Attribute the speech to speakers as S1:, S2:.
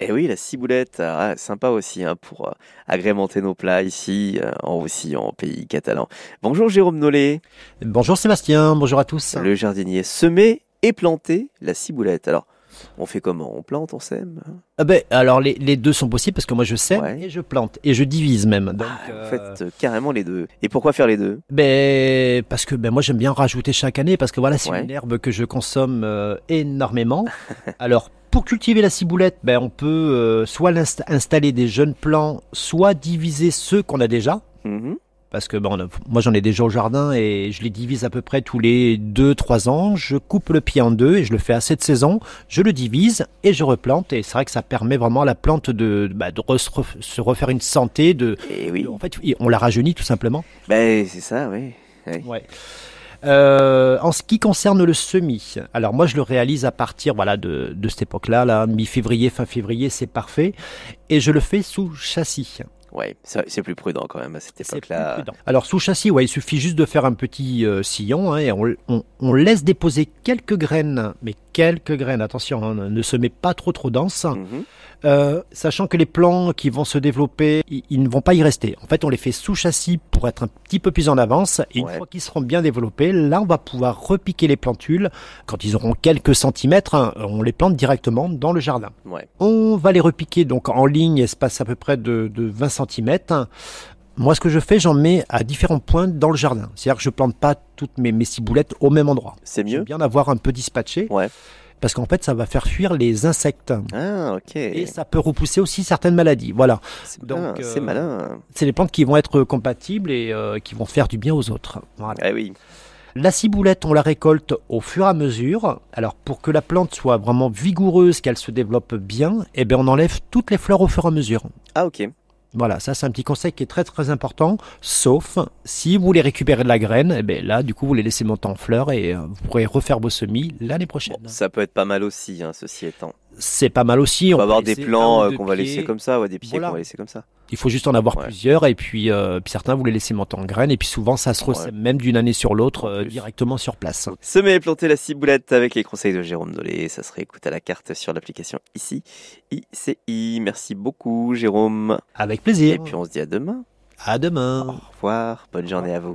S1: Eh oui, la ciboulette, ah, sympa aussi hein, pour euh, agrémenter nos plats ici, euh, en aussi en pays catalan. Bonjour Jérôme Nollet,
S2: Bonjour Sébastien, bonjour à tous.
S1: le jardinier semé et planté la ciboulette. Alors, on fait comment On plante, on sème hein
S2: Ah ben, alors les, les deux sont possibles parce que moi je sème
S1: Ouais.
S2: et je plante et je divise même. Donc,
S1: En
S2: euh,
S1: fait, euh, carrément les deux. Et pourquoi faire les deux
S2: ben, parce que ben, moi j'aime bien rajouter chaque année parce que voilà, c'est
S1: Ouais.
S2: une herbe que je consomme euh, énormément. alors pour cultiver la ciboulette, ben, on peut euh, soit l'inst- installer des jeunes plants, soit diviser ceux qu'on a déjà. Mmh.
S1: Mhm.
S2: Parce que bon, moi j'en ai déjà au jardin et je les divise à peu près tous les 2-3 ans. Je coupe le pied en deux et je le fais à cette saison. Je le divise et je replante. Et c'est vrai que ça permet vraiment à la plante de, bah, de re- se refaire une santé. De,
S1: Eh oui,
S2: En fait, on la rajeunit tout simplement.
S1: ben, c'est ça, oui.
S2: Ouais. Euh, en ce qui concerne le semis, alors moi je le réalise à partir voilà de, de cette époque-là, là, mi-février, fin février, c'est parfait, et je le fais sous châssis.
S1: Ouais, c'est c'est plus prudent quand même à cette
S2: C'est
S1: époque-là.
S2: plus prudent. Alors sous châssis, ouais, il suffit juste de faire un petit euh, sillon hein, et on, on- on laisse déposer quelques graines, mais quelques graines, attention, hein, ne se met pas trop trop dense,
S1: Mhm.
S2: Euh, sachant que les plants qui vont se développer, i- ils, ne vont pas y rester. En fait, on les fait sous châssis pour être un petit peu plus en avance et une
S1: Ouais.
S2: fois qu'ils seront bien développés, là on va pouvoir repiquer les plantules. Quand ils auront quelques centimètres, hein, on les plante directement dans le jardin.
S1: Ouais.
S2: On va les repiquer donc en ligne, espace à peu près de, de 20 cm. Moi, ce que je fais, j'en mets à différents points dans le jardin. C'est-à-dire que je plante pas toutes mes, mes ciboulettes au même endroit.
S1: C'est
S2: J'aime
S1: mieux
S2: bien avoir un peu dispatché.
S1: Ouais.
S2: Parce qu'en fait, ça va faire fuir les insectes.
S1: Ah, ok.
S2: Et ça peut repousser aussi certaines maladies. Voilà.
S1: C'est
S2: donc,
S1: malin, c'est
S2: euh,
S1: malin.
S2: C'est les plantes qui vont être compatibles et euh, qui vont faire du bien aux autres. Voilà.
S1: Eh oui.
S2: La ciboulette, on la récolte au fur et à mesure. Alors pour que la plante soit vraiment vigoureuse, qu'elle se développe bien, eh bien on enlève toutes les fleurs au fur et à mesure.
S1: Ah, ok.
S2: Voilà, ça c'est un petit conseil qui est très très important, sauf si vous voulez récupérer de la graine, eh bien là du coup vous les laissez monter en fleurs et euh, vous pourrez refaire vos semis l'année prochaine.
S1: Bon, ça peut être pas mal aussi, hein, ceci étant.
S2: C'est pas mal aussi.
S1: On va avoir
S2: peut
S1: des
S2: laisser
S1: plants
S2: un ou
S1: euh,
S2: deux
S1: qu'on va laisser
S2: pieds.
S1: comme ça, ouais, des pieds
S2: Voilà.
S1: qu'on va laisser comme ça.
S2: Il faut juste en avoir
S1: Ouais.
S2: plusieurs et puis, euh, puis certains vous les laissez monter en graines et puis souvent ça se ressème même d'une année sur l'autre euh,
S1: plus.
S2: directement sur place.
S1: Semer et planter la ciboulette avec les conseils de Jérôme Dolé, ça se réécoute à la carte sur l'application ici, ICI. Merci beaucoup Jérôme.
S2: Avec plaisir.
S1: Et puis on se dit à demain.
S2: à
S1: Au
S2: demain.
S1: revoir, bonne journée à vous.